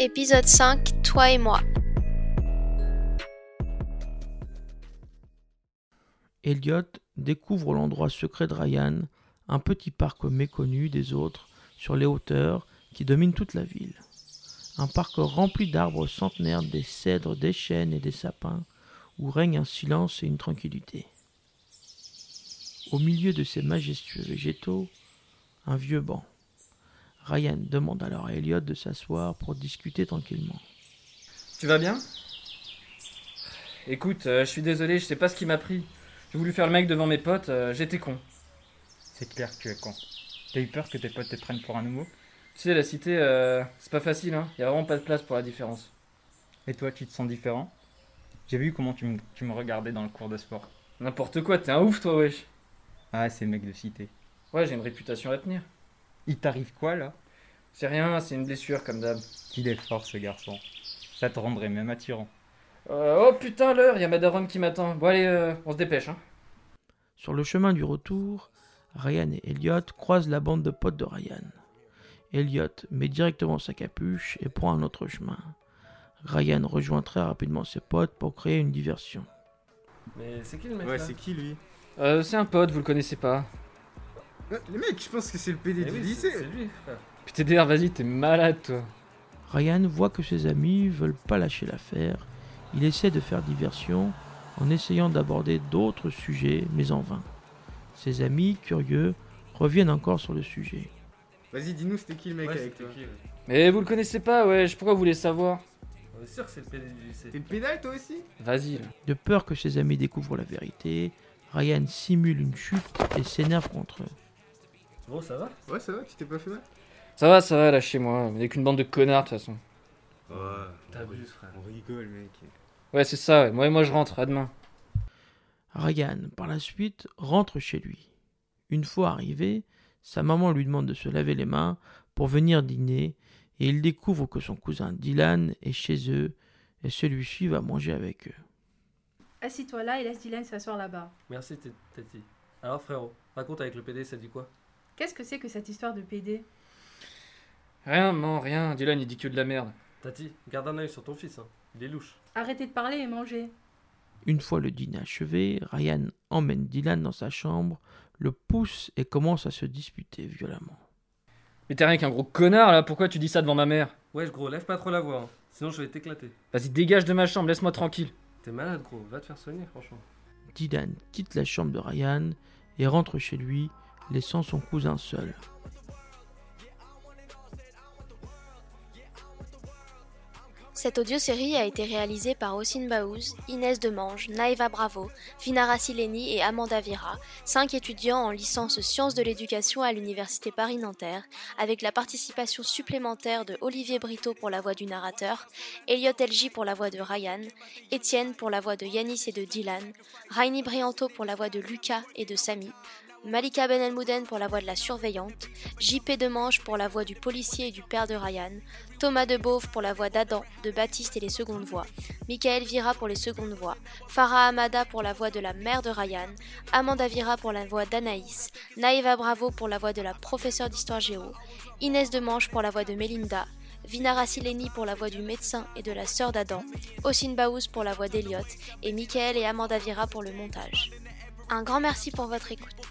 épisode 5, Toi et moi. Elliot découvre l'endroit secret de Ryan, un petit parc méconnu des autres sur les hauteurs qui domine toute la ville. Un parc rempli d'arbres centenaires, des cèdres, des chênes et des sapins, où règne un silence et une tranquillité. Au milieu de ces majestueux végétaux, un vieux banc. Ryan demande alors à Elliot de s'asseoir pour discuter tranquillement. Tu vas bien Écoute, euh, je suis désolé, je sais pas ce qui m'a pris. J'ai voulu faire le mec devant mes potes, euh, j'étais con. C'est clair que tu es con. T'as eu peur que tes potes te prennent pour un nouveau Tu sais, la cité, euh, c'est pas facile, hein. Y a vraiment pas de place pour la différence. Et toi, tu te sens différent J'ai vu comment tu me, tu me regardais dans le cours de sport. N'importe quoi, t'es un ouf, toi, wesh. Ah, ces mecs de cité. Ouais, j'ai une réputation à tenir. Il t'arrive quoi là C'est rien, c'est une blessure, comme d'hab. Qu'il est fort ce garçon. Ça te rendrait même attirant. Euh, oh putain, l'heure, y a ma daronne qui m'attend. Bon, allez, euh, on se dépêche, hein. Sur le chemin du retour, Ryan et Elliot croisent la bande de potes de Ryan. Elliot met directement sa capuche et prend un autre chemin. Ryan rejoint très rapidement ses potes pour créer une diversion. Mais c'est qui le mec Ouais, c'est qui lui euh, C'est un pote, vous le connaissez pas. Euh, Les mecs, je pense que c'est le PD Eh du oui, lycée. c'est- c'est lui, frère. Putain, DR, vas-y, t'es malade, toi. Ryan voit que ses amis veulent pas lâcher l'affaire. Il essaie de faire diversion en essayant d'aborder d'autres sujets, mais en vain. Ses amis, curieux, reviennent encore sur le sujet. Vas-y, dis-nous, c'était qui le mec avec toi Mais vous le connaissez pas, wesh, pourquoi vous voulez savoir On est sûr que c'est le PD du lycée. T'es le pédale toi aussi Vas-y, là. De peur que ses amis découvrent la vérité, Ryan simule une chute et s'énerve contre eux. Bon, ça va Ouais, ça va, tu t'es pas fait mal Ça va, ça va, lâchez-moi. On est qu'une bande de connards, de toute façon. Ouais, T'abuses, frère. on rigole, mec. Ouais, c'est ça, ouais. Moi et moi, je rentre, à demain. Ryan, par la suite, rentre chez lui. Une fois arrivé, sa maman lui demande de se laver les mains pour venir dîner et il découvre que son cousin Dylan est chez eux et celui-ci va manger avec eux. Assis-toi là et laisse Dylan s'asseoir là-bas. Merci, T- Tati. Alors, frérot, raconte avec le PD, ça dit quoi Qu'est-ce que c'est que cette histoire de PD Rien, non, rien. Dylan, il dit que de la merde. Tati, garde un œil sur ton fils, hein. Il est louche. Arrêtez de parler et mangez. Une fois le dîner achevé, Ryan emmène Dylan dans sa chambre, le pousse et commence à se disputer violemment. Mais t'es rien qu'un gros connard, là. Pourquoi tu dis ça devant ma mère Wesh, gros, lève pas trop la voix, hein. Sinon, je vais t'éclater. Vas-y, dégage de ma chambre, laisse-moi tranquille. T'es malade, gros. Va te faire soigner, franchement. Dylan quitte la chambre de Ryan et rentre chez lui, laissant son cousin seul. Cette audiosérie a été réalisée par Ossine Baouz, Inès Demange, Naïva Bravo, Finara Sileni et Amanda Vira, cinq étudiants en licence sciences de l'éducation à l'Université Paris-Nanterre, avec la participation supplémentaire de Olivier Brito pour la voix du narrateur, Elliot Elji pour la voix de Ryan, Étienne pour la voix de Yanis et de Dylan, Rainy Brianto pour la voix de Lucas et de Samy, Malika Benelmouden pour la voix de la surveillante, JP Demange pour la voix du policier et du père de Ryan, Thomas Debove pour la voix d'Adam, de Baptiste et les secondes voix, Michael Vira pour les secondes voix, Farah Amada pour la voix de la mère de Ryan, Amanda Vira pour la voix d'Anaïs, Naïva Bravo pour la voix de la professeure d'histoire géo, Inès Demange pour la voix de Melinda, Vinara Sileni pour la voix du médecin et de la sœur d'Adam, Ossine Baouz pour la voix d'Eliott et Michael et Amanda Vira pour le montage. Un grand merci pour votre écoute.